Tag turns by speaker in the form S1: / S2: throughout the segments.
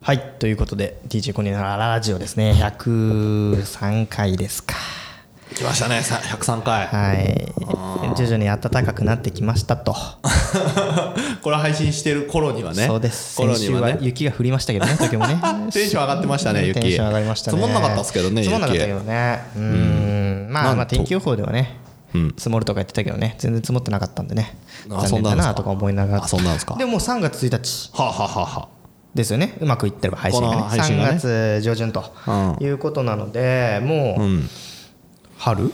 S1: はいということで DJ コニのラジオですね103回ですか
S2: 来ましたねさ103回、
S1: はい徐々に暖かくなってきましたと、
S2: これ配信してる頃にはね
S1: そうです
S2: 頃
S1: 先週
S2: には
S1: は
S2: ね
S1: 雪が降りましたけどね東 京もね
S2: テンション上がってましたね雪
S1: テンション上がりましたね
S2: 積もんなかったですけどね
S1: 積もんなかったけ
S2: 雪
S1: どねうんま
S2: な
S1: あ
S2: ん
S1: まあ
S2: と
S1: 天気予報ではね積もるとか言ってたけどね全然積もってなかったんでね
S2: あ
S1: 残念だなとか思いながら
S2: あそんなんですか
S1: でももう3月1日
S2: はあ、はあはあは
S1: ですよねうまくいってれば配信が
S2: こ
S1: ね
S2: の配信がね
S1: 3月上旬と
S2: う
S1: いうことなのでもう、
S2: あ、うん
S1: 春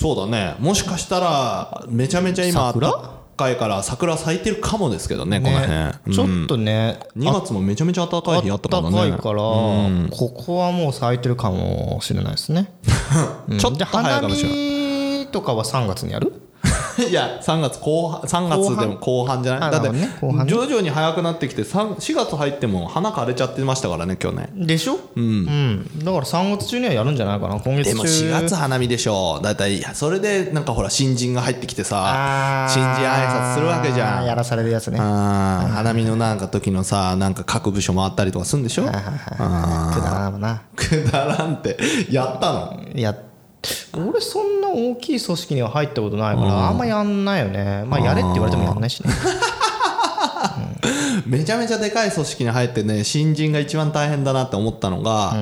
S2: そうだねもしかしたらめちゃめちゃ今
S1: 桜
S2: 高いから桜咲いてるかもですけどねこの辺、
S1: ね
S2: うん
S1: ちょっとね、
S2: 2月もめちゃめちゃ暖かい日あったからね
S1: 暖かいから、ここはもう咲いてるかもしれないですね、うん
S2: ちょっと
S1: で
S2: 早いかもしれない
S1: 花見とかは3月にやる
S2: いや3月後半3月でも後半じゃない
S1: 後
S2: だ
S1: 半
S2: って
S1: あなるほどね後半ね
S2: 徐々に早くなってきて3 4月入っても花枯れちゃってましたからね去年
S1: でしょ、うんだから3月中にはやるんじゃないかな今月中
S2: でも4月花見でしょだいたいそれでなんかほら新人が入ってきてさ
S1: あー
S2: 新人挨拶するわけじゃん
S1: やらされるやつね
S2: あー花見のなんか時のさなんか各部署回ったりとかするんでしょ
S1: はいはいはいくだらんもな
S2: くだらんってやったの
S1: いや俺そんな大きい組織には入ったことないからあんまやんないよねまあやれって言われてもやんないしね
S2: めちゃめちゃでかい組織に入ってね新人が一番大変だなって思ったのが、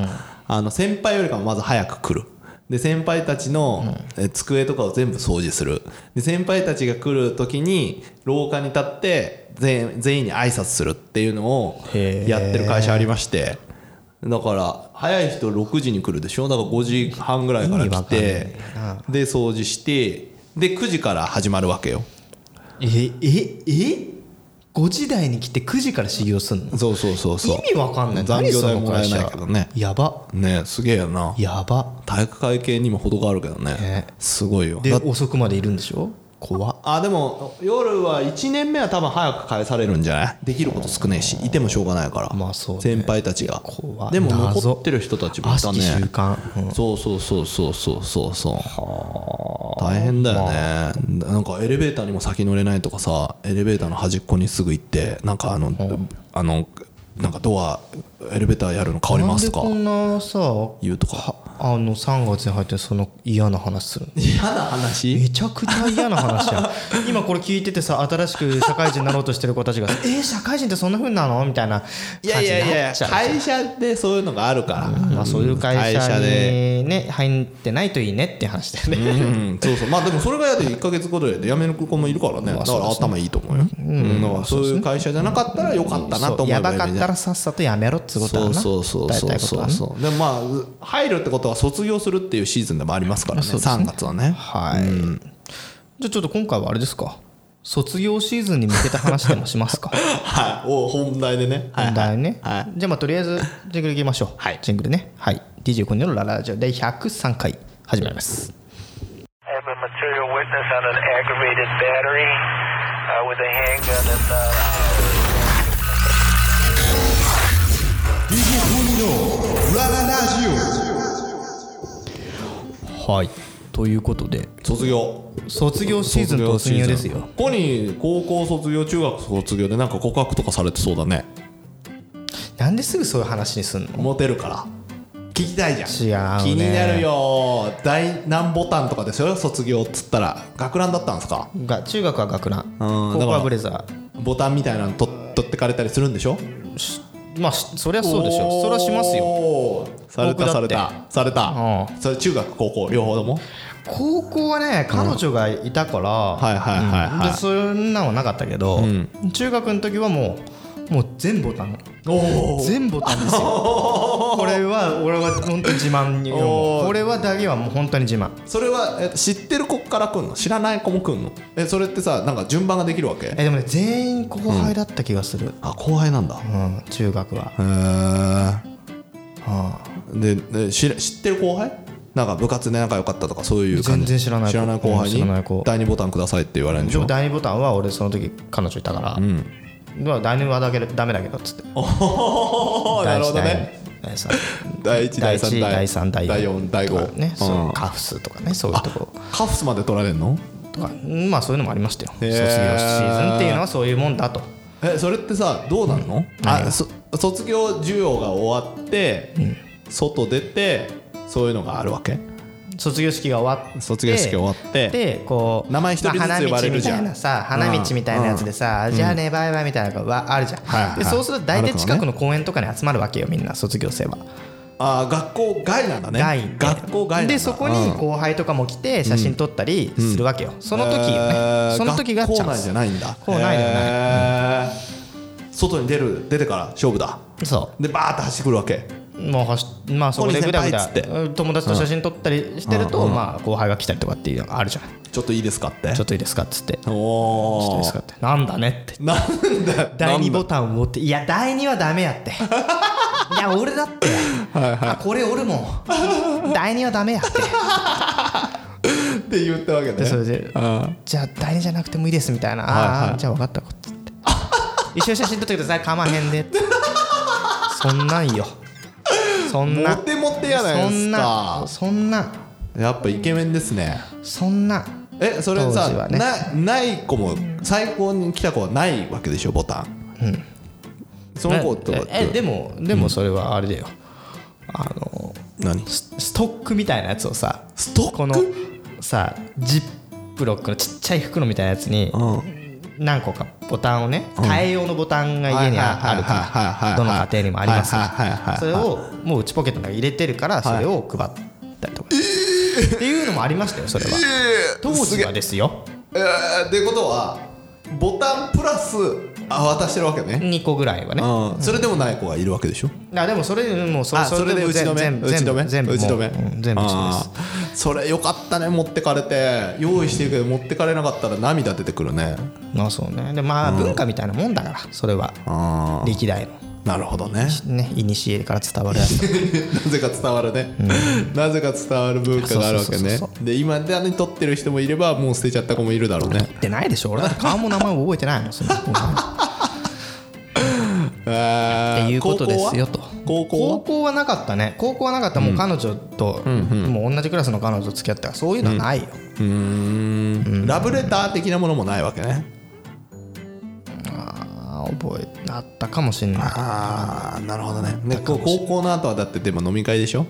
S2: あの先輩よりかもまず早く来るで先輩たちのえ机とかを全部掃除するで先輩たちが来る時に廊下に立って全全員に挨拶するっていうのを
S1: へー
S2: やってる会社ありましてだから早い人6時に来るでしょだから5時半ぐらいから
S1: 意味
S2: 来
S1: わかんない
S2: てで掃除してで9時から始まるわけよ
S1: えええ5時台に来て9時から修行すんの
S2: そうそうそうそう
S1: 意味わかんない
S2: 残
S1: 何
S2: 業
S1: そ
S2: 代
S1: の
S2: もら
S1: 会
S2: え
S1: 社
S2: ないけどね
S1: やば
S2: ねすげえよな
S1: やば
S2: 体育会系にも程があるけどね
S1: ね
S2: すごいよ
S1: で
S2: だって
S1: 遅くまでいるんでしょ怖っ
S2: あでも夜は1年目は多分早く返されるんじゃないできること少ねえしいてもしょうがないから、
S1: まあそうね
S2: 先輩たちが
S1: 怖い
S2: でも
S1: 謎
S2: 残ってる人たちも
S1: 悪
S2: い
S1: したき習
S2: ね
S1: 慣、うん
S2: そうそうそうそうそうそうそう大変だよねなんかエレベーターにも先乗れないとかさエレベーターの端っこにすぐ行ってなんかあのあのなんかドアエレベーターやるの変わり
S1: な
S2: ま
S1: んです
S2: か
S1: こんなさ
S2: 言うとか
S1: あの3月に入ってその嫌な話するの
S2: 嫌な話
S1: めちゃくちゃ嫌な話や 今これ聞いててさ新しく社会人になろうとしてる子たちが 「えー、社会人ってそんなふうなの?」みたいない
S2: やいやいや
S1: 感じになっちゃう
S2: 会社でそういうのがあるから、
S1: まあ、そういう会
S2: 会
S1: 社
S2: 社で
S1: に、ね、入ってないといいねって話だよね、
S2: うん、そうそうまあでもそれがやで1か月後で辞める子もいるからねだから頭いいと思うよ、うん、だからそういう会社じゃなかったらよかったなと
S1: そう
S2: 思え
S1: や
S2: ば
S1: ば
S2: いい
S1: か
S2: ん
S1: った
S2: じゃない
S1: らさっさとやめろっつうことだ
S2: そ
S1: な
S2: うそうそう
S1: 大
S2: そう
S1: 体こと
S2: そ
S1: だ
S2: う
S1: な
S2: そうでもまあ入るってことは卒業するっていうシーズンでもありますからね
S1: そうですね
S2: 3月はね
S1: はい、じゃあちょっと今回はあれですか卒業シーズンに向けた話でもしますか
S2: はいお本題でねはい
S1: 問題ね、
S2: はい
S1: じゃあまあとりあえずジングルいきましょう、
S2: はい
S1: ジングルねはい DJ コンニョのララジオ第103回始まります
S3: I have a material witness on an aggravated battery uh, with a handgun and. Uh
S1: はいということで
S2: 卒業
S1: 卒業シーズン突入ですよ
S2: ここに高校卒業中学卒業でなんか告白とかされてそうだね
S1: なんですぐそういう話にすんの
S2: モテるから聞きたいじゃん
S1: 違うね
S2: 気になるよ第何ボタンとかですよ卒業っつったら学ランだったんですか
S1: が中学は学ラン高校
S2: だから
S1: はブレザ
S2: ボタンみたいなの取取ってかれたりするんでしょ
S1: ーまあしそりゃそうでしょそりゃしますよ
S2: よされた
S1: 僕だ
S2: さ
S1: っ
S2: れ
S1: て
S2: たされた
S1: う
S2: それ中学高校両方とも
S1: 高校はね彼女がいたから、
S2: はいはいはいはい
S1: でそんなんはなかったけど、中学の時はもうもう全ボタン
S2: お
S1: 全ボタンですよ これは俺は本当に自慢に思
S2: お
S1: う
S2: ー
S1: これはだけはもう本当に自慢
S2: それはえ知ってる子から来んの知らない子も来んのえそれってさなんか順番ができるわけ
S1: えでもね全員後輩だった気がする、
S2: あ後輩なんだ
S1: うん中学は
S2: へえでで知ら知ってる後輩なんか部活で仲良かったとかそういう感
S1: 全
S2: じ
S1: 然知らない子
S2: 知らない後輩
S1: うん知らない
S2: に
S1: 子
S2: 第二ボタンくださいって言われるんでし
S1: でも
S2: ょ
S1: 第2ボタンは俺その時彼女いたから、まあ第2はだけダメだけどっつって
S2: おーなるほどね
S1: 第一第一第
S2: 第1第3
S1: 一第
S2: 第
S1: 三第四
S2: 4第
S1: とか
S2: 5
S1: ね、そうカフスとかねそういうところ
S2: カフスまで取られんの
S1: とかまあそういうのもありましたよ卒
S2: へ
S1: 業
S2: ー
S1: シーズンっていうのはそういうもんだと
S2: えそれってさどうなんの、あそ卒業授業が終わって、外出てそういうのがあるわけ
S1: 卒業式が終わって
S2: 卒業式終わって
S1: でこう
S2: 名前一人ずつ呼ばれるじゃん
S1: まあ花道みたいなさ花道みたいなやつでさ、じゃあねバイバイみたいなのがわあるじゃん、
S2: はいはい
S1: でそうすると大体近くの公園とかに集まるわけよみんな卒業生は、
S2: あー学校外なんだね
S1: 外で
S2: 学校外なんだ
S1: でそこに
S2: うん
S1: 後輩とかも来て写真撮ったりするわけよ、その時よね、
S2: えー
S1: その時がチャ
S2: 学校
S1: ン
S2: 内じ
S1: ス
S2: ゃないんだ
S1: 校内ではない
S2: へー外に出る出てから勝負だ
S1: そ
S2: でバーって走ってくるわけ
S1: うもうはしまあそこでぐだぐだ
S2: ここに先輩っつ
S1: 友達と写真撮ったりしてると、まあ後輩が来たりとかっていうのがあるじゃない、
S2: ちょっといいですかって
S1: ちょっといいですかっつってちょっといい
S2: お
S1: で
S2: お
S1: すかってなんだねって
S2: なんだよ
S1: 第2
S2: なんだ
S1: ボタンを持っていや第2はダメや っていや俺だってあこれ俺もん第2はダメやって
S2: って言ったわけね
S1: で それで
S2: うん
S1: じゃあ第2じゃなくてもいいですみたいな、
S2: はいはい
S1: ああじゃあ分かったこっつって 一緒に写真撮ってくださいかまへんでって そんなんよそんな
S2: モテモテやないですか
S1: そんな
S2: やっぱイケメンですね
S1: そんな
S2: えそれさ
S1: 当、時はね
S2: なない子も最高に来た子はないわけでしょボタンその子とかっ
S1: ね
S2: て
S1: えでもでもそれはあれだよ、あの
S2: 何
S1: スストックみたいなやつをさ
S2: ストック
S1: このさジップロックのちっちゃい袋みたいなやつに
S2: うん
S1: 何個かボタンをね替え用のボタンが家にあ
S2: はいはいは
S1: あ
S2: いはい
S1: るか
S2: はいはいは
S1: ら
S2: い
S1: どの家庭にもあります
S2: はいはいはい
S1: が
S2: はい
S1: それをもう内ポケットに入れてるからそれを配ったりとかっていうのもありましたよそれは当時はですよ
S2: えー、ってことはボタンプラスあ渡してるわけね、
S1: 2個ぐらいはね
S2: うん、それでもない子がいるわけでしょ
S1: あでもそれもうそ
S2: あ
S1: そ
S2: それで
S1: も
S2: 打ち止
S1: 全
S2: め
S1: 部
S2: 打ち
S1: 全
S2: 止め
S1: 部全部
S2: 打ち止め
S1: もううん全部打ち止めです
S2: あーそれよかったね持ってかれて用意してるけど持ってかれなかったら涙出てくるね
S1: まあそうねでまあ文化みたいなもんだからそれは
S2: あ
S1: 歴代
S2: あなるほどね
S1: のねいにしえから伝わるやつ
S2: なぜか伝わるね、なぜか伝わる文化があるわ
S1: そ
S2: け
S1: うそう
S2: ね
S1: そう
S2: で今でに撮ってる人もいればもう捨てちゃった子もいるだろうね
S1: 言ってないでしょ俺だって顔も名前も覚えてないのそんなって
S2: て
S1: いうことですよと
S2: 高校は
S1: 高校はなかったね高校はなかったもう彼女と、もう同じクラスの彼女と付き合ったからそういうのはないよ、
S2: うーんラブレター的なものもないわけね
S1: あー覚えあったかもしんな
S2: ああなるほどねねこう高校の後はだってでも飲み会でしょ
S1: い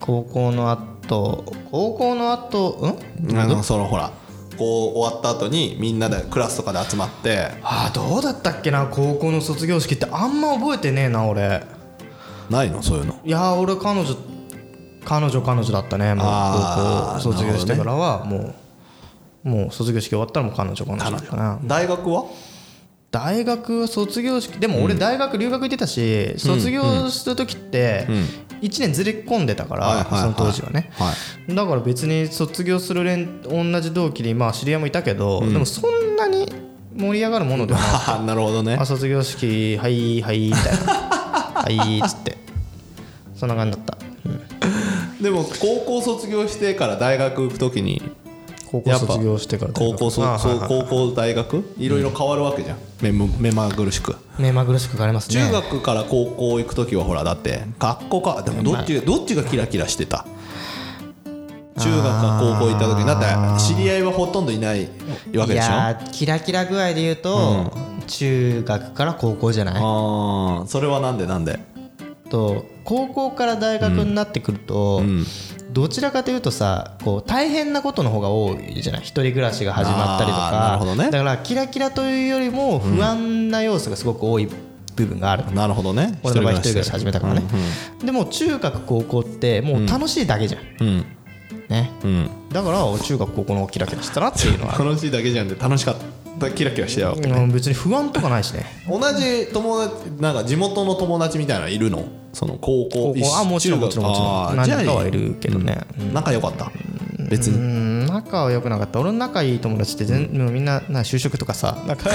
S1: 高校の後高校の後うん
S2: あのそのほらこう終わった後にみんなでクラスとかで集まって
S1: あーどうだったっけな高校の卒業式ってあんま覚えてねえな俺
S2: ないのそういうの
S1: いやー俺彼女彼女彼女だったねもう
S2: あ
S1: 高校
S2: ー
S1: 卒業してからはもう、もう卒業式終わったらもう彼女彼女だったな
S2: 大学は
S1: 大学卒業式でも俺大学留学行ってたし、卒業する時って1年ずれ込んでたから、
S2: はいはいはい
S1: その当時はね、
S2: は
S1: だから別に卒業する連同じ同期にまあ知り合いもいたけど、でもそんなに盛り上がるものでは ない
S2: ああなるほどね
S1: あ卒業式はいはいみたいな はいっつってそんな感じだった、うん
S2: でも高校卒業してから大学行く時に
S1: 高校
S2: やっぱ
S1: 卒業してから
S2: 高校
S1: あ
S2: そ
S1: はい
S2: そう
S1: はい
S2: 高校大学いろいろ変わるわけじゃん目も目まぐるしく
S1: 目まぐるしく変わりますね
S2: 中学から高校行く時はほらだって学校かでもどっちどっちがキラキラしてた中学か高校行った時だって知り合いはほとんどいないわけ
S1: い
S2: でしょ
S1: やーキラキラ具合で言うと、中学から高校じゃない
S2: ああそれはなんでなんで
S1: と高校から大学になってくると、どちらかというとさこう大変なことの方が多いじゃない一人暮らしが始まったりとか
S2: あーなるほどね
S1: だからキラキラというよりも不安な要素がすごく多い部分がある、
S2: なるほどね
S1: 俺の場合一人暮らし
S2: 一
S1: 始めたからね、でも中学高校ってもう楽しいだけじゃん、
S2: うん
S1: ね
S2: うん
S1: だから俺中学高校の方がキラキラしてたなっていうのは
S2: 楽しいだけじゃんって楽しかったキラキラしてたよ
S1: うん別に不安とかないしね
S2: 同じ友達なんか地元の友達みたいなのいるのその高
S1: 高
S2: 校
S1: 校あもちろんも
S2: 中
S1: ち
S2: 学
S1: ろんもち
S2: あ
S1: ろ
S2: ー
S1: ん何
S2: じゃあ
S1: 人かはいるけどね、
S2: 仲良かった別
S1: う
S2: に
S1: ん仲は良くなかった俺の仲いい友達って全、もうみんなな就職とかさ なんか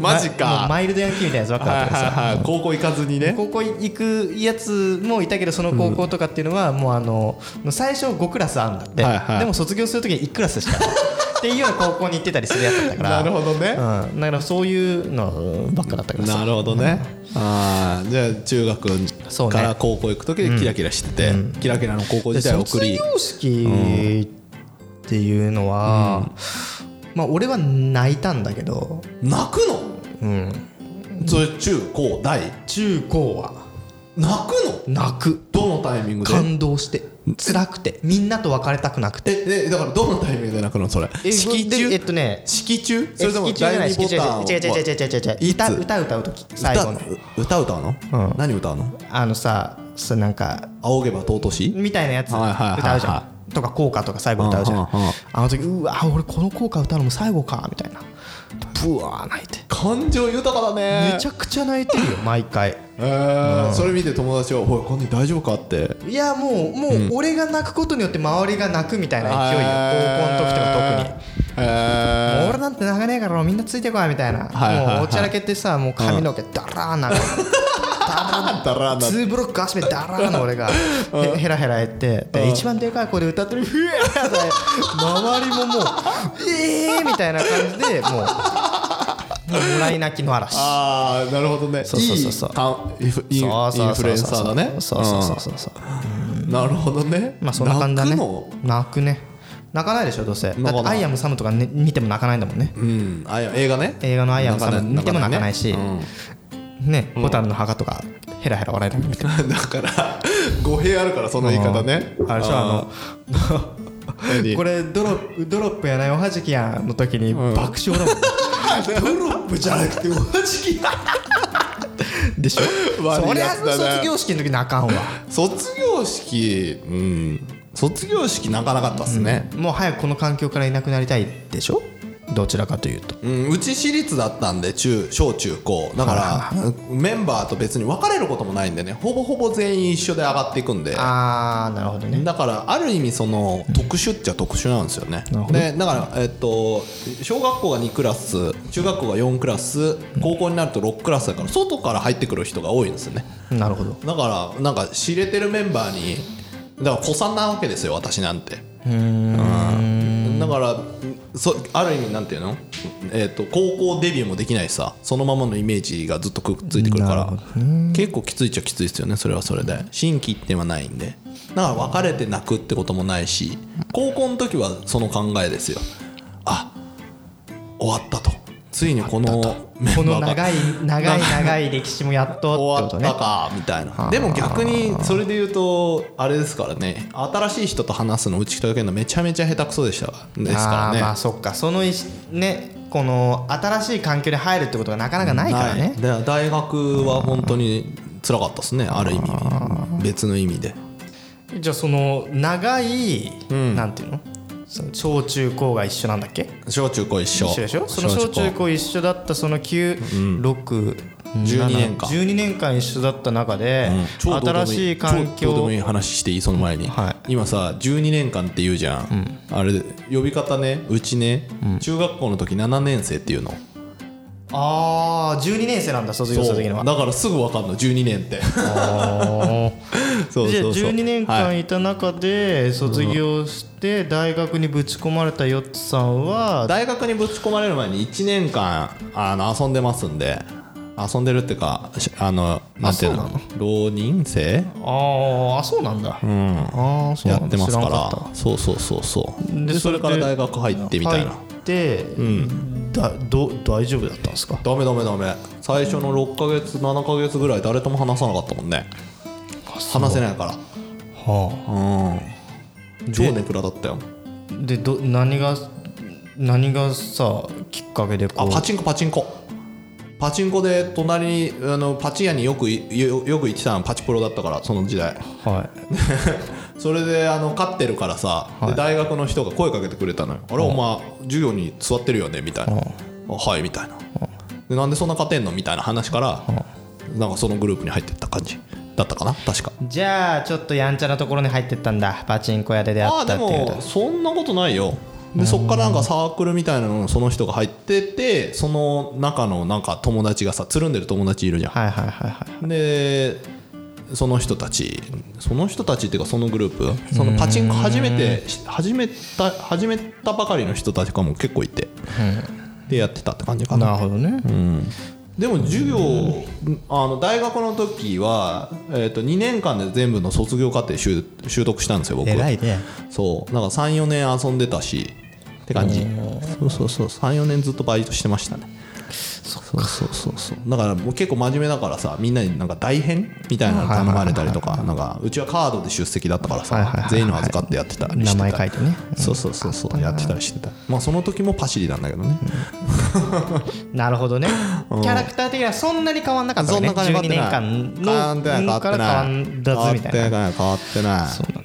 S2: マジか
S1: まもうマイルドヤンキーみたいなやつばっかだったからさ
S2: はいはい 高校行かずにね
S1: 高校行くやつもいたけどその高校とかっていうのはもうあの最初5クラスあるんだって、
S2: はいはい
S1: でも卒業するときに1クラスしかないっていうような高校に行ってたりするやつだったから
S2: なるほどね
S1: うん、だからそういうのばっかだったからさ
S2: なるほどねあーじゃあ中
S1: そう
S2: 学
S1: ね
S2: から高校行く時でキラキラしててキラキラの高校時代を送り
S1: 卒業式っていうのは、まあ俺は泣いたんだけど
S2: 泣くの
S1: うん
S2: それ中高大
S1: 中高は
S2: 泣くの
S1: 泣く
S2: どのタイミングで
S1: 感動して辛くてみんなと別れたくなくて
S2: ええだからどのタイミングで泣くのそれ
S1: え
S2: 式中
S1: でえっとね
S2: 式中そ
S1: え
S2: れとも
S1: 式中じゃな
S2: 第
S1: い
S2: 二
S1: 式
S2: ボ
S1: 中じゃ
S2: タ
S1: ない
S2: ン
S1: 違う違う違う違う違う違う
S2: いつ
S1: 歌歌歌う時最後の
S2: 歌歌歌うの、
S1: うん
S2: 何歌うの
S1: あのささなんか
S2: 仰げば尊し
S1: みたいなやつ
S2: はいはいはいはい
S1: 歌うじゃんとか効果とか最後歌うじゃ
S2: うんんうんうん
S1: あの時うわ俺この効果歌うのも最後かみたいなブワー泣いて
S2: 感情豊かだね
S1: めちゃくちゃ泣いてるよ毎回
S2: えーそれ見て友達は「おいこんに大丈夫か?」って
S1: いやもうもう俺が泣くことによって周りが泣くみたいな勢いよ高校の時とか特に
S2: えー
S1: もう俺なんて泣かねえからみんなついてこいみたいな、
S2: はいはいはい
S1: もうおちゃらけてさもう髪の毛ダラー なの、
S2: あんたらな
S1: 2ブロック足目ダラーの俺 がへへらへら言ってで一番でかい声で歌ってるふえーって周りももう「ええー!」みたいな感じでもうもうもらい泣きの嵐
S2: ああなるほどね
S1: そうそうそうそう
S2: いいかんインフインイン
S1: そうそう
S2: フ
S1: そう
S2: ルエン
S1: そう
S2: サーだね
S1: そうそうそうそうそう
S2: うんなるほどね
S1: まあそんな感じだね
S2: 泣くの
S1: 泣くね泣かないでしょどうせだっ
S2: 泣か
S1: て「
S2: な
S1: ア
S2: い
S1: イアムサム」とかね見ても泣かないんだもんね
S2: うんあいや映画ね
S1: 映画の「アイアムサム」見
S2: 泣
S1: て
S2: か
S1: も
S2: ない
S1: 泣かないし
S2: うん
S1: ねボタンの墓とかヘラヘラ笑いながら見て
S2: だから語弊あるからその言い方ね
S1: あれでしょあのこれドロップドロップやないおはじきやんの時に爆笑だ もん、
S2: ドロップじゃなくておはじ き
S1: でしょそ
S2: 悪い
S1: りゃ
S2: やつだね
S1: 卒業式の時のあかんわ
S2: 卒業式うん卒業式泣かなかったっすね
S1: もう早くこの環境からいなくなりたいでしょどちらかというと
S2: うん、うち私立だったんで中小中高だからメンバーと別に別れることもないんでねほぼほぼ全員一緒で上がっていくんで
S1: ああなるほどね
S2: だからある意味その特殊っちゃ特殊なんですよね
S1: なるほど
S2: でだから、えっと、小学校が2クラス中学校が4クラス高校になると6クラスだから外から入ってくる人が多いんですよね
S1: なるほど
S2: だからなんか知れてるメンバーにだから子さんなわけですよ私なんてうんだからそある意味なんていうの、えっと高校デビューもできないしさそのままのイメージがずっとくっついてくるから
S1: なる
S2: 結構きついっちゃきついですよねそれはそれで新規ってはないんでだから別れて泣くってこともないし高校の時はその考えですよあ終わったとついにこのメン
S1: こ
S2: バーが
S1: の長い長い長い歴史もやっとってこ
S2: 終
S1: と
S2: わっ
S1: ね
S2: たかみたいなでも逆にそれで言うとあれですからね新しい人と話すのうちとけるのめちゃめちゃ下手くそでしたです
S1: あ
S2: か
S1: ーま
S2: ら
S1: あ
S2: ね
S1: そっかそのいしねこの新しい環境に入るってことがなかなかないからね、
S2: はいで大学は本当に辛かったですねある意味別の意味で
S1: じゃあその長い、なんていうのその小中高が一緒なんだっけ
S2: 小中高一緒
S1: 一緒でしょその小中高一緒だったその9612
S2: 12年間
S1: 12年間一緒だった中で、
S2: 超どうでも
S1: 新しい環
S2: 超どうで
S1: 境
S2: もいい話していいその前に、
S1: は
S2: 今さ12年間って言うじゃん、あれ呼び方ねうちね、中学校の時7年生っていうの
S1: ああ12年生なんだ卒業する時のは
S2: だからすぐ分かんの12年ってそう
S1: じゃあ
S2: そうそう
S1: 12年
S2: は
S1: 間
S2: い
S1: いた中で卒業して大学にぶち込まれたヨッツさんは
S2: 大学にぶち込まれる前に1年間あの遊んでますんで遊んでるってかしあのなんていうの
S1: あ
S2: 浪人生
S1: ああそうなんだ、
S2: うん
S1: ああそう
S2: や
S1: なん
S2: っ
S1: だ
S2: てます
S1: 知
S2: から
S1: ん
S2: ら
S1: った
S2: そうそうそうそう
S1: で
S2: でそれか
S1: そ
S2: ら
S1: れで
S2: 大学入ってみたい
S1: 入
S2: な
S1: って、だど大丈夫だったんですか
S2: ダメダメダメ最初の6ヶ月7ヶ月ぐらい誰とも話さなかったもんね話せないから
S1: は
S2: うん超ネクラだったよ
S1: あ、でど何が何がさきっかけでこ
S2: あ
S1: う
S2: パチンコパチンコパチンコで隣にあのパチン屋によくいよよく行ってたのパチプロだったからその時代
S1: はい
S2: それであの勝ってるからさ、で大学の人が声かけてくれたのよ「あれお前授業に座ってるよね」みたいな「あはい」みたいな「でなんでそんな勝てんの?」みたいな話からなんかそのグループに入ってった感じだったかな確か
S1: じゃあちょっとやんちゃなところに入ってったんだパチンコ屋で出会
S2: ああ
S1: った
S2: で
S1: っていうの
S2: もそんなことないよでそっからなんかサークルみたいなのにその人が入っててその中のなんか友達がさつるんでる友達いるじゃん
S1: はいはいはいはい
S2: でその人たちその人たちっていうかそのグループそのパチンコ初めてし始めた始めたばかりの人たちとかも結構いて、でやってたって感じかな
S1: なるほどね、
S2: でも授業あの大学の時は、えー、と2年間で全部の卒業課程習習得したんですよ僕
S1: 偉いね
S2: そうなんか34年遊んでたしって感じそうそうそう34年ずっとバイトしてましたねそうそうそうそうだからもう結構真面目だからさみんなになんか大変みたいなの頼まれたりとかなんかうちはカードで出席だったから
S1: はいはいはいは
S2: さ
S1: い
S2: 全員の預かってやってたりして
S1: 名
S2: た
S1: 前書いてね
S2: そうそうそうそうやってたりしてたまあその時もパシリなんだけどね
S1: なるほどねキャラクター的にはそんなに変わんなかったわ
S2: そん
S1: ね
S2: な感じ
S1: 12年間
S2: 変わってない変
S1: の
S2: わっ
S1: か
S2: て
S1: ら変わ
S2: ない
S1: んだずみたいな
S2: 変わってない変わってない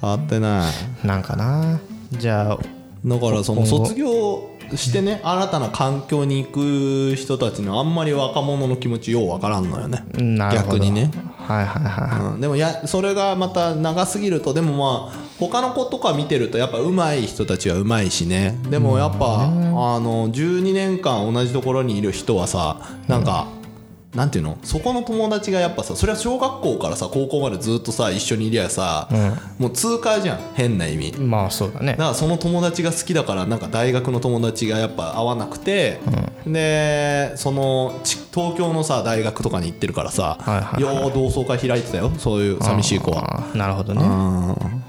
S2: 変わってない
S1: なんかなじゃあ
S2: だからその
S1: 今後
S2: 卒業してね新たな環境に行く人たちのあんまり若者の気持ちようわからんのよね
S1: なるほど
S2: 逆にね、
S1: はいはいは
S2: うんでもやそれがまた長すぎるとでもまあ他の子とか見てるとやっぱ上手い人たちは上手いしねでもやっぱあの12年間同じところにいる人はさなんか、なんていうのそこの友達がやっぱさそれは小学校からさ高校までずっとさ一緒にいりゃさ、もう通過じゃん変な意味、
S1: いまあそうだね
S2: だからその友達が好きだからなんか大学の友達がやっぱ合わなくて、でそのち東京のさ大学とかに行ってるからさ、
S1: はいはい
S2: よう同窓会開いてたよそういう寂しい子
S1: あ
S2: は
S1: ーなるほどね
S2: うん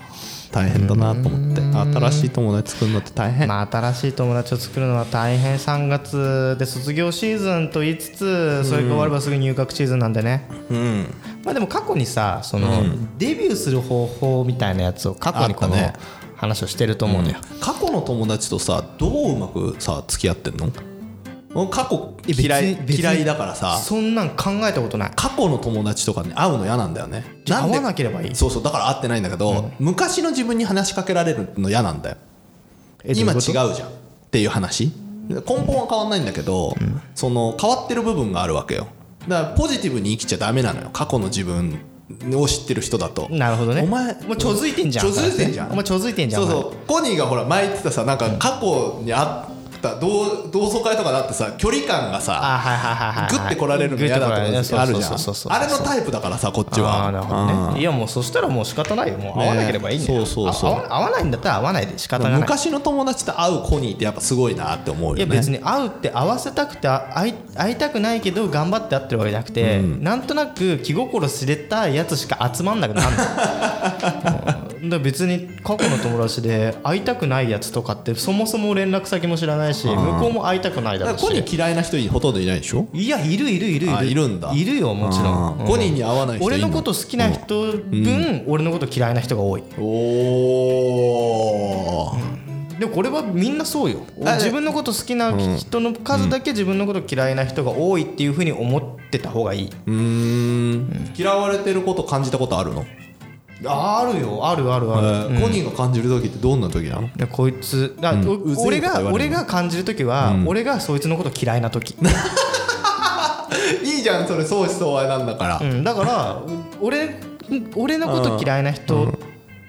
S2: 大変だなと思って新しい友達作るのって大変、
S1: まあ新しい友達を作るのは大変3月で卒業シーズンと言いつつそれが終わればすぐ入学シーズンなんでね
S2: うん
S1: まあでも過去にさそのデビューする方法みたいなやつを過去にこの
S2: あったね
S1: 話をしてると思うのよ
S2: 過去の友達とさどううまくさ付き合ってんの俺過去嫌
S1: え
S2: い
S1: 別に別に
S2: 嫌いだからさ
S1: そんなん考えたことない
S2: 過去の友達とかに会うの嫌なんだよね
S1: じゃあ
S2: んで
S1: 会わなければいい
S2: そうそうだから会ってないんだけど、昔の自分に話しかけられるの嫌なんだよ
S1: え
S2: 今違う
S1: ど
S2: じ
S1: いこ
S2: ゃんっていう話根本は変わんないんだけど、その変わってる部分があるわけよだからポジティブに生きちゃダメなのよ過去の自分を知ってる人だと
S1: となるほどね
S2: お前
S1: もうちょづいてんじゃん
S2: ちょづいてんじゃん
S1: お前ちょづいてんじゃん
S2: そうそうコニーがほら前言ってたさなんか過去にあった同同窓会とかだってさ距離感がさ
S1: あはいはいはいはい
S2: グッて来られるの嫌だとか
S1: グッて来ら
S2: あ
S1: れ
S2: る
S1: る
S2: じゃん
S1: そうそうそうそう
S2: あれのタイプだからさこっちは
S1: あーなるほどねいやもうそしたらもう仕方ないよもう会わなければいいんだよ、
S2: ねそうそうそう
S1: あ合わ合わないんだったら会わないで仕
S2: うん
S1: 方がない
S2: 昔の友達と会うコニーってやっぱすごいなって思うよ
S1: い
S2: ね
S1: や別に会うって会わせたくて会い会いたくないけど頑張って会ってるわけじゃなくて、なんとなく気心知れたやつしか集まんなくなる うんだから別に過去の友達で会いたくないやつとかってそもそも連絡先も知らないし向こうも会いたくないだ
S2: だ
S1: ろ
S2: か
S1: う
S2: ら
S1: し
S2: コニー嫌いな人ほとんどいないでしょ
S1: いやいるいるいるい
S2: あ
S1: る
S2: いるんだ
S1: いるよもちろん、
S2: あーコニーに合わない人いる
S1: 俺
S2: の
S1: のこと好きな人分、俺のこと嫌いな人が多い
S2: おお、
S1: でもこれはみんなそうよ
S2: あ
S1: 自分のこと好きな人の数だけ自分のこと嫌いな人が多いっていうふうに思ってた方がいい、
S2: うーん嫌われてること感じたことあるの、
S1: あるよあるある
S2: え
S1: ある、
S2: ーコニーが感じる時ってどんな時なの
S1: でこいつだ、お
S2: うぜえ
S1: 俺
S2: と
S1: が
S2: か言われ
S1: 俺
S2: る
S1: が感じる時は、俺がそいつのこと嫌いな 時、
S2: いいじゃんそれ相思相愛なんだから、
S1: うん、だから俺俺のこと嫌いな人っ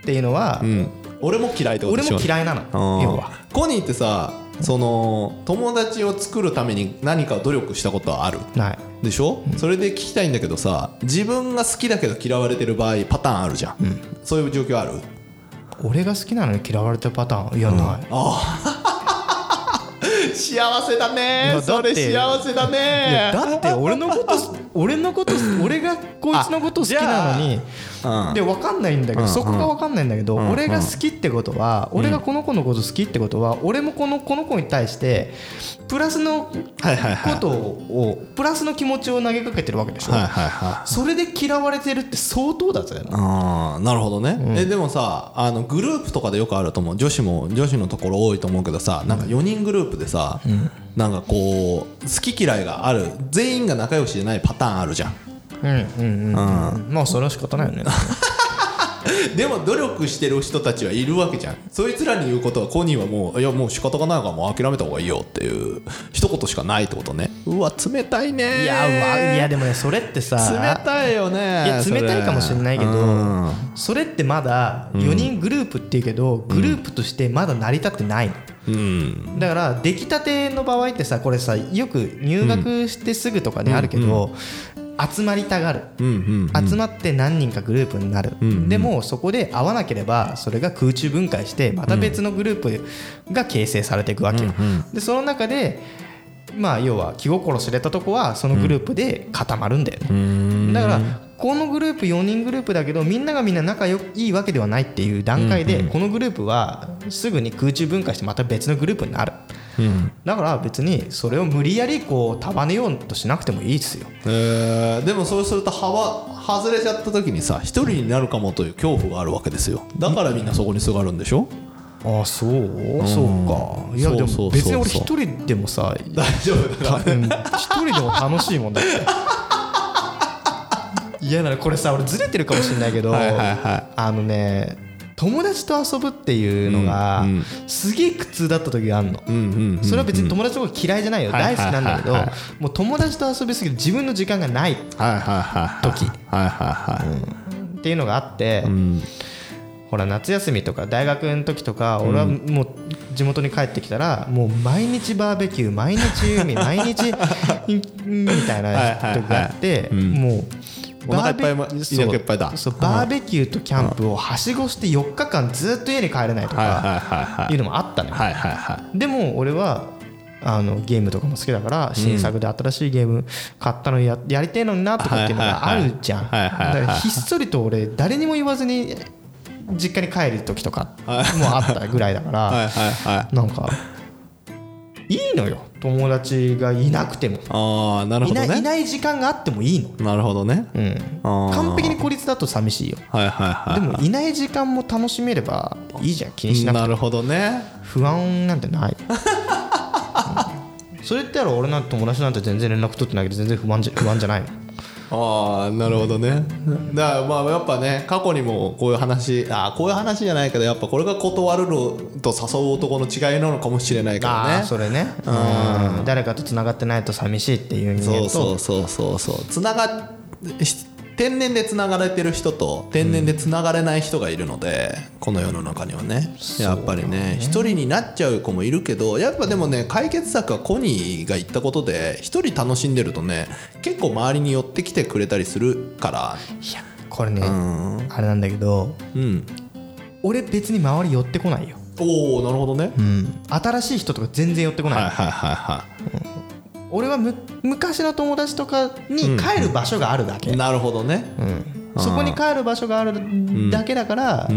S1: ていうのは、
S2: うん俺も嫌いってこと
S1: 俺
S2: でしょ
S1: も嫌いなの要は
S2: うんコニーってさその友達を作るために何か努力したことはある
S1: ない
S2: でしょ、それで聞きたいんだけどさ自分が好きだけど嫌われてる場合パターンあるじゃん、そういう状況ある
S1: 俺が好きなのに嫌われたパターンいやない、
S2: 幸せだ
S1: い
S2: ね
S1: やだって
S2: せ だね
S1: いやだって俺のこと俺のこと俺がこいつのこと好きなのに
S2: あうん
S1: で分かんないんだけどそこが分かんないんだけど俺が好きってことは俺がこの子のこと好きってことは俺もこのこの子に対してプラスのこ
S2: はいはいはい
S1: とをプラスの気持ちを投げかけてるわけでしょ
S2: はいはいはい
S1: それで嫌われてるって相当だぜ
S2: あーなるほどね、えでもさあのグループとかでよくあると思う女子も女子のところ多いと思うけどさなんか4人グループでさ、なんかこう好き嫌いがある全員が仲良しじゃないパターンあるじゃん
S1: うんうんうんまあそれは仕方ないよね
S2: でも努力してる人たちはいるわけじゃんそいつらに言うことはコニーはもういやもう仕方がないからもう諦めた方がいいよっていう一言しかないってことねうわ冷たい ね
S1: いやうわいやでもねそれってさ
S2: 冷たいよね
S1: いや
S2: それ
S1: 冷たいかもしれないけど
S2: うん
S1: それってまだ4人グループっていうけど、グループとしてまだ成り立ってないの、
S2: うん
S1: だから出来たての場合ってさこれさよく入学してすぐとかであるけど、集まりたがる、
S2: うんうん
S1: 集まって何人かグループになる、でもそこで会わなければそれが空中分解してまた別のグループが形成されていくわけよ、でその中でまあ要は気心知れたとこはそのグループで固まるんだよね、だからこのグループ4人グループだけどみんながみんな仲良いいわけではないっていう段階で、このグループはすぐに空中分解してまた別のグループになる、だから別にそれを無理やりこう束ねようとしなくてもいいですよ
S2: えーでもそうすると幅外れちゃった時にさ一人になるかもという恐怖があるわけですよだからみんなそこにすがるんでしょ
S1: ああそう、そうかいやで
S2: そうそうそうそ
S1: も
S2: う
S1: 別に俺一人でもさ
S2: 大丈夫だ
S1: たうん一人でも楽しいもんだ っていやだからこれさ俺ずれてるかもしれないけど
S2: はいはいはい
S1: あのね友達と遊ぶっていうのが、
S2: うんうん
S1: すげえ苦痛だった時があるの、
S2: うんうん
S1: それは別に友達のこと嫌いじゃないよ、
S2: はいはい
S1: 大好きなんだけど、
S2: はいはい
S1: もう友達と遊びすぎて自分の時間がないっ
S2: はいはいはいはい
S1: 時
S2: はいはいはい
S1: ていうのがあって、
S2: うん
S1: ほら夏休みとか大学の時とか俺はもう地元に帰ってきたらもう毎日バーベキュー毎日 海毎日うんみたいな時があって
S2: はいはいはいうん
S1: もう
S2: お腹いっぱいも
S1: バーベ
S2: 胃の中いっぱいだ
S1: そうそうバーベキューとキャンプをはしごして4日間ずっと家に帰れないと
S2: はいはい
S1: か
S2: はいはい
S1: いうのもあったのよ
S2: はいはいは
S1: でも俺はあのゲームとかも好きだから新作で新しいゲーム買ったのややりてえのになとかっていうのがあるじゃんだ
S2: はいはいはいはいはい
S1: からひっそりと俺誰にも言わずに実家に帰る時とかもあったぐらいだか
S2: いはい
S1: ら
S2: はいはい
S1: なんかいいのよ友達がいなくても
S2: ああなる
S1: い
S2: ほど
S1: ないい
S2: ね
S1: ない時間があってもいいの
S2: なるほどね
S1: うん
S2: あー
S1: 完璧に孤立だと寂しいよ
S2: はいはいは
S1: で
S2: い
S1: もいない時間も楽しめればいいじゃん気にしなくて
S2: なるほどね
S1: 不安なんてない、うんそれ言ったら俺なんて友達なんて全然連絡取ってないけど全然不安じゃ不安じゃないの
S2: ああなるほどねだからまあやっぱね過去にもこういう話あーこういう話じゃないけどやっぱこれが断るのと誘う男の違いなのかもしれないけど
S1: あ
S2: ね
S1: ーそれねうん誰かとつながってないと寂しいっていう人間
S2: そ
S1: と
S2: うそうそうそうそうつながし天然でつながれてる人と天然でつながれない人がいるので、この世の中にはねやっぱりね一人になっちゃう子もいるけどやっぱでもね解決策はコニーが言ったことで一人楽しんでるとね結構周りに寄ってきてくれたりするから
S1: いやこれね、
S2: うん
S1: あれなんだけど
S2: うん
S1: 俺別に周り寄ってこないよ、
S2: おおなるほどね、
S1: うん、新しい人とか全然寄ってこない、
S2: はいはいはいは
S1: 俺はむ昔の友達とかに帰る場所があるだけ、
S2: いなるほどね、
S1: そこに帰る場所があるだけだから、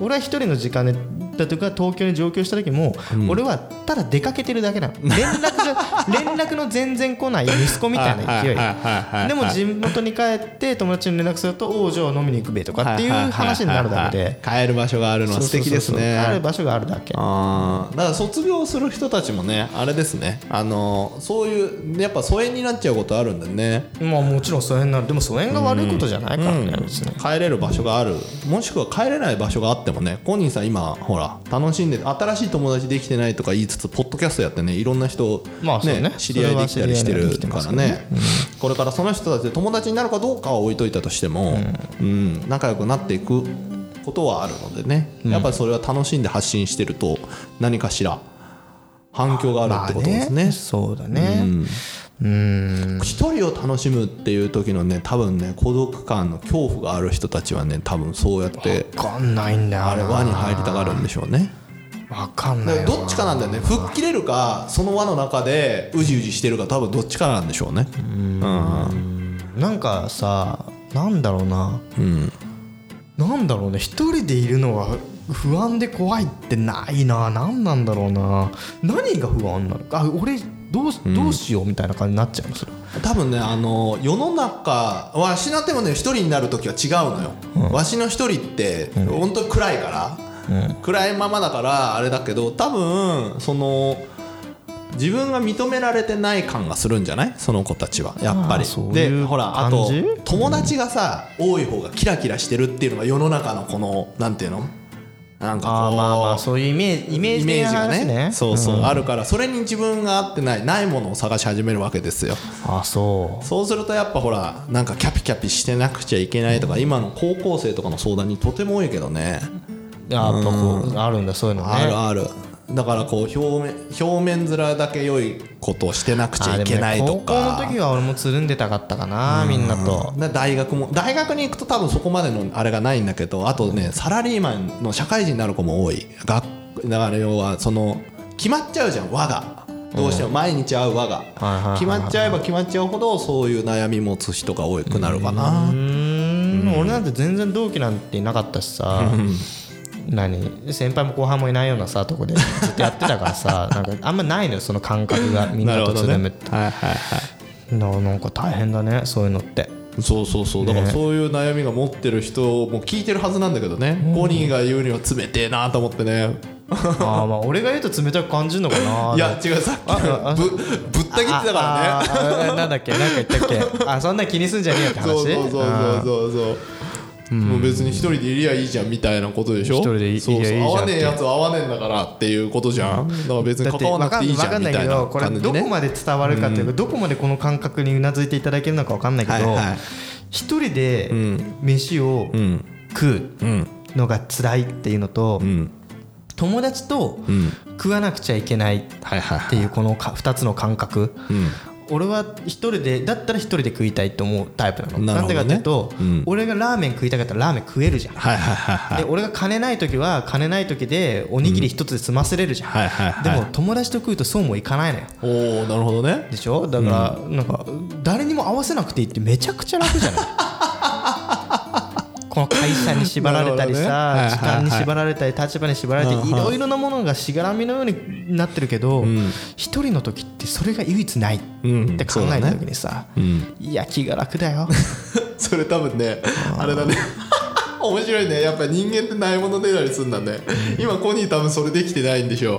S1: 俺は一人の時間でだとか東京に上京した時も、俺はただ出かけてるだけなの連絡 が連絡の全然来ない息子みたいな勢い
S2: はいはいはいはいはい
S1: でも地元に帰って友達に連絡すると「おうじゃあ飲みに行くべ」とかっていう話になるだけで
S2: 帰る場所があるのは素敵です
S1: そう
S2: ね
S1: そうそう帰る場所があるだけ
S2: あーだから卒業する人たちもねあれですねあのそういうやっぱ疎遠になっちゃうことあるんだよね
S1: まあもちろん疎遠なるでも疎遠が悪いことじゃないからね別に
S2: 帰れる場所があるもしくは帰れない場所があってもねコニーさん今ほら楽しんで新しい友達できてないとか言いつつポッドキャストやってねいろんな人、
S1: まあそうね
S2: 知り合いできたりしてるから
S1: それは知り合いが
S2: ね、これからその人たちで友達になるかどうかは置いといたとしても、うん仲良くなっていくことはあるのでねやっぱりそれは楽しんで発信してると何かしら反響があるってことですね。
S1: そうだねうん
S2: 一人を楽しむっていう時のね多分ね孤独感の恐怖がある人たちはね多分そうやって
S1: 分かんないんだよな
S2: あれ輪に入りたがるんでしょうね
S1: わかん
S2: だ
S1: ない
S2: から
S1: わ
S2: どっちかなんだよね吹っ切れるかその輪の中でうじうじしてるか多分どっちかなんでしょうねうん
S1: なんかさなんだろうな
S2: うん
S1: なんだろうね一人でいるのが不安で怖いってないな何なんだろうな何が不安なのかあ俺どうしどうしようみたいな感じになっちゃうんですよ、
S2: 多分ねあの世の中わしなってもね一人になる時は違うのよ、わしの一人って本当に暗いから、暗いままだからあれだけど多分その自分が認められてない感がするんじゃないその子たちはやっぱ
S1: あー
S2: り
S1: そう
S2: で
S1: いう
S2: ほらあ
S1: 感
S2: と
S1: じ
S2: 友達がさ、多い方がキラキラしてるっていうのが世の中のこのなんていうのなんかこう
S1: ああまあまあそういうイメージイメージ
S2: イメージがねそうそう、
S1: ん
S2: あるからそれに自分が合ってないないものを探し始めるわけですよ
S1: あそう
S2: そうするとやっぱほらなんかキャピキャピしてなくちゃいけないとか今の高校生とかの相談にとても多いけどね
S1: あやっぱこうあるんだそういうのね
S2: あるあるだからこう表面表面面だけ良いことをしてなくちゃいけないと
S1: あでもね
S2: か
S1: 高校の時は俺もつるんでたかったかなみんなと
S2: な大学も大学に行くと多分そこまでのあれがないんだけどあとねサラリーマンの社会人になる子も多い学だから要はその決まっちゃうじゃん輪がどうしても毎日会う輪が
S1: はいはいはい
S2: 決まっちゃえば決まっちゃうほどそういう悩み持つ人が多くなるかな
S1: うーんんな俺なんて全然同期なんていなかったしさ何先輩も後輩もいないようなさとこでずっとやってたから さなんかあんまないのよその感覚がみん
S2: な
S1: な
S2: る
S1: と
S2: ほ
S1: つ
S2: ど
S1: るむ
S2: ね
S1: って
S2: はいはいは
S1: ななんか大変だねそういうのって
S2: いそうそうそうだからそういう悩みが持ってる人も聞いてるはずなんだけどねポニーが言うには冷てえなと思ってね
S1: ああまあ俺が言うと冷たく感じるのかない
S2: や違うさっき
S1: ああ
S2: のぶぶった切ってたからね
S1: らねなんだっけなんか言ったっけあそんな気にすんじゃねえよって話
S2: そうそうそうそう
S1: う
S2: そうそうもう別に一人でいりゃいいじゃんみたいなことでしょ
S1: 一人でいりゃ
S2: そうそ
S1: い
S2: う
S1: いじゃん
S2: 合わねえ
S1: って
S2: やつは合わねえんだからっていうことじゃんだから別に
S1: だって
S2: 関わ
S1: 分
S2: らな
S1: か
S2: くて
S1: ん
S2: いい
S1: 分
S2: じゃ
S1: か
S2: ん
S1: んな
S2: み
S1: い
S2: た
S1: け
S2: いな
S1: どこれ
S2: 感じ
S1: ど
S2: ね
S1: こまで伝わるかというかどこまでこの感覚にうなずいていただけるのか分かんないけど
S2: はいはい
S1: 一人で
S2: ん
S1: 飯を
S2: うん
S1: 食
S2: うん
S1: うのが辛いっていうのと
S2: うん
S1: 友達と
S2: うん
S1: 食わなくちゃいけないっ
S2: はいはい
S1: ていうこのか2つの感覚俺は一人でだったら一人で食いたいって思うタイプなの
S2: なる
S1: な
S2: ほ
S1: んで
S2: どね
S1: かっていうと
S2: うん
S1: 俺がラーメン食いたかったらラーメン食えるじゃん
S2: はいはいはい
S1: で俺が金ない時は金ない時でおにぎり一つで済ませれるじゃん、
S2: はいはいはい
S1: でも友達と食うとそうもいかないのよ
S2: おおなるほどね
S1: でしょだから、なんか誰にも合わせなくていいってめちゃくちゃ楽じ ゃないこの会社に縛られたり
S2: な
S1: さ、
S2: る
S1: 時
S2: ほどねはいはいはい
S1: 間に縛られたり立場に縛られて
S2: うんうん
S1: いろいろなものがしがらみのようになってるけど一人の時ってそれが唯一ないっ
S2: うん
S1: て考えた時にさ
S2: うん
S1: いや気が楽だ よ
S2: それ多分ねあれだね 面白いねやっぱ人間ってないものねだりするんだね今コニー多分それできてないんでしょ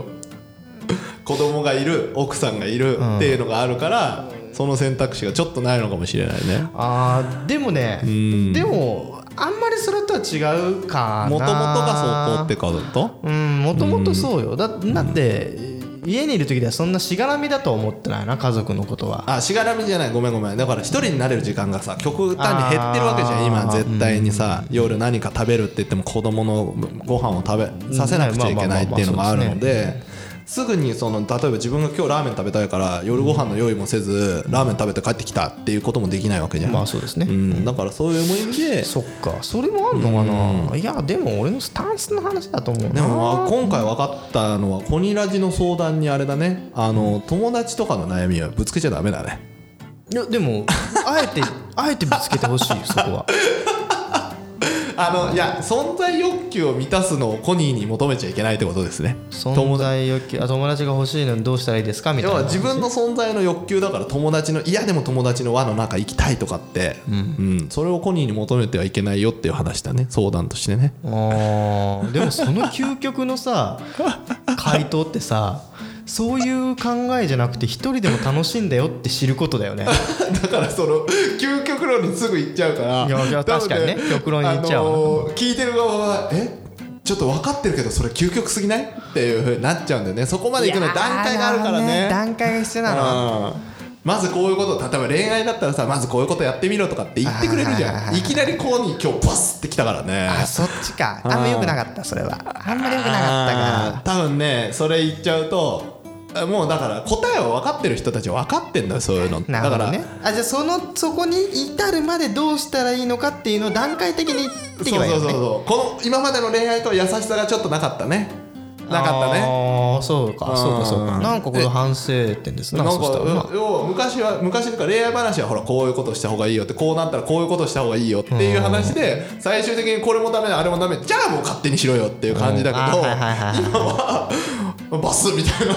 S2: う子供がいる奥さんがいるっていうのがあるから、その選択肢がちょっとないのかもしれないね
S1: あーでもね
S2: ん
S1: でもあんまりそれとは違うかな
S2: もともとがそう通ってかだと
S1: うんもともとそうよだだって家にいる時ではそんなしがらみだとは思ってないな家族のことは
S2: あしがらみじゃないごめんごめんだから一人になれる時間がさ極端に減ってるわけじゃん
S1: あ
S2: 今
S1: ー
S2: 絶対にさ、夜何か食べるって言っても子供のご飯を食べさせなくちゃいけないっていうのがあるのですぐにその例えば自分が今日ラーメン食べたいから夜ご飯の用意もせずラーメン食べて帰ってきたっていうこともできないわけじゃん、
S1: まあそうですね、
S2: うん、だからそういう意味で
S1: そっかそれもあんのかな、いやでも俺のスタンスの話だと思うな
S2: でもまあ今回分かったのはコニラジの相談にあれだねあの友達とかの悩みはぶつけちゃダメだね
S1: いやでもあえて あえてぶつけてほしいよそこは
S2: あのいや存在欲求を満たすのをコニーに求めちゃいけないってことですね
S1: 存在欲求あ友達が欲しいのにどうしたらいいですかみた
S2: 要
S1: いな
S2: は自分の存在の欲求だから友達のいやでも友達の輪の中行きたいとかって、うんそれをコニーに求めてはいけないよっていう話だね相談としてね
S1: あーでもその究極のさ回答ってさそういう考えじゃなくて一人でも楽しいんだよって知ることだよね
S2: だからその究極論にすぐ行っちゃうから
S1: いやいや
S2: 多
S1: 確
S2: 分
S1: かにね極論に行っちゃうわ
S2: あのー聞いてる側はえちょっと分かってるけどそれ究極すぎないっていうふうになっちゃうんだよねそこまで行くのに段階があるから
S1: いやー
S2: ね
S1: 段階が必要なの
S2: うんまずこういうこと例えば恋愛だったらさまずこういうことやってみろとかって言ってくれるじ
S1: はいはい
S2: ゃ
S1: は
S2: ん
S1: い
S2: いきなりこうに今日バスってきたからね
S1: あそっちかあんま良くなかったそれはあんまり良くなかった
S2: あー
S1: か
S2: 多分ねそれ言っちゃうとあもうだから答えを分かってる人たちは分かってんだよそういうのって
S1: なるほど
S2: だ
S1: ね
S2: か
S1: あじゃあそのそこに至るまでどうしたらいいのかっていうのを段階的に言っ
S2: ら
S1: ていけ
S2: そう
S1: ばいい
S2: そう
S1: よ
S2: そう
S1: ね
S2: そうこの今までの恋愛とは優しさがちょっとなかったねなかったね
S1: ああそうかそうかそう
S2: う
S1: か
S2: ん
S1: なんかこれ反省点です
S2: な
S1: なん
S2: か
S1: そしたらな
S2: うん要は昔は昔とか恋愛話はほらこういうことした方がいいよってこうなったらこういうことした方がいいよっていう話で最終的にこれもダメだあれもダメじゃあもう勝手にしろよっていう感じだけど
S1: うんあはいはいはいはい
S2: 今はバスみ たいな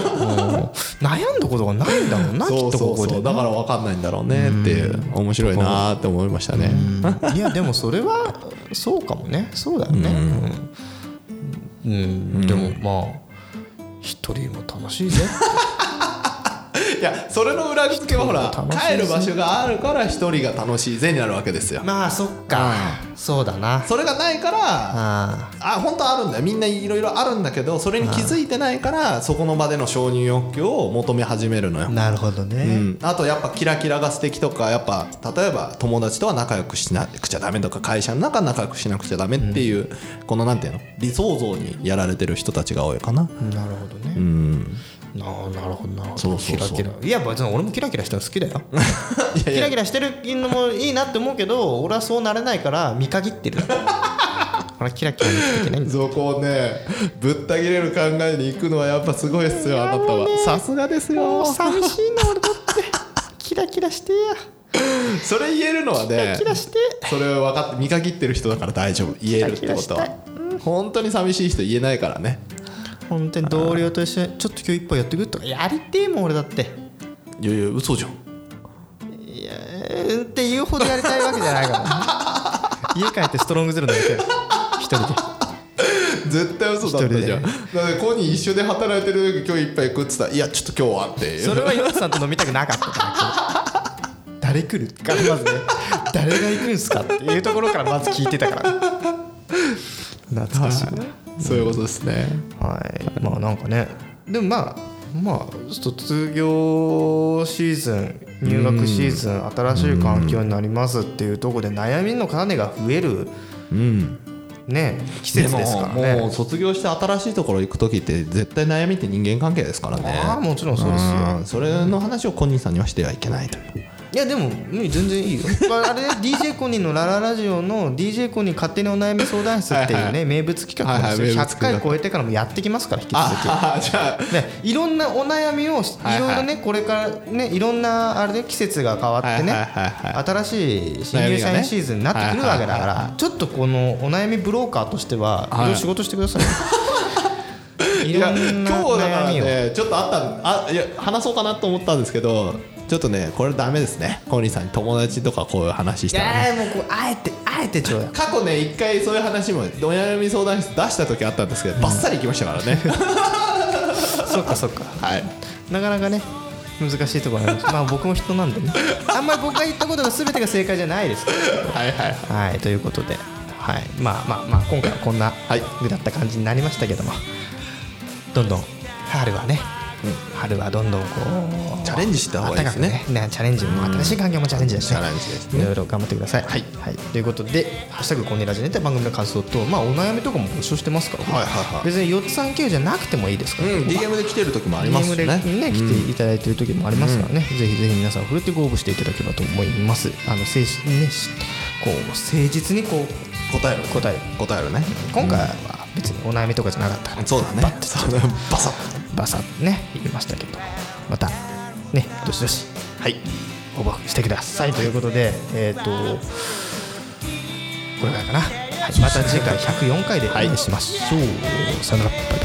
S1: 悩んだことがないんだもんなきっ
S2: そう
S1: と
S2: そ
S1: ここ
S2: うそう
S1: で
S2: だから分かんないんだろうねっていう面白いなーって思いましたね
S1: いやでもそれはそうかもねそうだよねうん、うんでもまあ一人も楽しいぜ
S2: いやそれの裏付けはほら
S1: 楽しい
S2: 帰
S1: ですね
S2: る場所があるから一人が楽しいぜになるわけですよ
S1: まあそっかそうだな
S2: それがないから
S1: あ
S2: あ本当はあるんだよみんないろいろあるんだけどそれに気づいてないからそこの場での承認欲求を求め始めるのよ
S1: あ、なるほどね、
S2: うん、あとやっぱキラキラが素敵とかやっぱ例えば友達とは仲良くしなくちゃダメとか会社の中仲良くしなくちゃダメっていう、このなんていうの理想像にやられてる人たちが多いかな
S1: なるほどね、
S2: うん
S1: なあなるほどなるほど
S2: そうそうそう
S1: キラキラいや別に俺もキラキラしてるの好きだよ
S2: い
S1: キ
S2: や
S1: ラ
S2: い
S1: キ
S2: や
S1: ラしてるのもいいなって思うけど俺はそうなれないから見限って るほらキラキラ見ていけないんだ
S2: そこをねぶった切れる考えに行くのはやっぱすごいっすよあなたはさすがですよ
S1: 寂しいな俺だってキラキラしてや
S2: それ言えるのはねそれを分かって見限ってる人だから大丈夫言えるってことは本当に寂しい人言えないからね
S1: 本当に同僚と一緒にちょっと今日一杯やってくるとかやりてえもん俺だって
S2: いやいや嘘じゃん
S1: いやーって言うほどやりたいわけじゃない から家帰ってストロングゼロでやりたい一人で
S2: 絶対嘘だったじゃんだ
S1: 一
S2: からコニー一緒で働いてる時今日いっぱい食ってたいやちょっと今日はって
S1: それはヨッさんと飲みたくなかったから今日誰来るからまずね誰が行くんすかっていうところからまず聞いてたから懐かしいね
S2: そういうことですね
S1: はいまあなんかねでもまあまあ卒業シーズン入学シーズン新しい環境になりますっていうところで悩みの種が増える
S2: うん
S1: ね季節ですから
S2: でももう
S1: ね
S2: 卒業して新しいところ行く時って絶対悩みって人間関係ですからね
S1: ああもちろんそうですよ
S2: うんそれの話をコニーさんにはしてはいけないという
S1: いやでもうん全然いいよあ れ DJ コニーの「ラララジオ」の DJ コニー勝手にお悩み相談室っていうね
S2: はいは
S1: 名物企画を
S2: はいはい名物
S1: 100
S2: 企画
S1: 回超えてからもやってきますから引き続き。
S2: ああじゃあ
S1: ね、いろんなお悩みをい
S2: はい
S1: ろいろねこれからねいろんなあれで季節が変わってね
S2: はいはいはい
S1: 新しい新入社員シーズンになってくるわけだ
S2: はい
S1: か
S2: はいはい
S1: らちょっとこのお悩みブローカーとしては
S2: はい
S1: いろいろ仕事してくださいい
S2: い
S1: ろ
S2: や
S1: ん
S2: 今日だ
S1: な
S2: から
S1: 悩みを
S2: ねちょっとあったあいや話そうかなと思ったんですけどちょっとねこれダメですねコニーさんに友達とかこういう話し
S1: い
S2: たら、ね、
S1: やーもうこうあえてあえてちょうだ い
S2: 過去ね一回そういう話もお悩み相談室出した時あったんですけどバッサリ行きましたから ね
S1: そっかそっか
S2: はい
S1: なかなかね難しいところありますまあ僕も人なんでねあんまり僕が言ったことが全てが正解じゃないですけど
S2: はいはい
S1: はいということではいまあまあまあ今回はこんな
S2: はい
S1: ぐだった感じになりましたけどもどんどん春はね、春はどんどんこう
S2: チャレンジした方がいいですね
S1: 暖かくねチャレンジも新しい環境もチャレンジだし、ね
S2: チャレンジです
S1: いろいろ頑張ってください、はいということで「ハッシュタグコネラジネ」って番組の感想と、まあ、お悩みとかも募集してますから、
S2: はいはいはい
S1: 別に4つ3 9じゃなくてもいいですから、
S2: うん DM で来てる時もあります
S1: DM で
S2: ね
S1: ね来ていただいてる時もありますからね、ぜひぜひ皆さんふるってご応募していただければと思いますあの誠実ねしこう誠実にこう
S2: 答える
S1: 答える
S2: 答えるね
S1: 今回は別にお悩みとかじゃなかったから
S2: そうだね
S1: バッ
S2: そうだねバサッ
S1: とバサッとね言いましたけどまたねどしどし
S2: はい
S1: 応募してくださいということでえっ、とこれからかな、はい、また次回104回でお会いしましょう、さよならバイバイ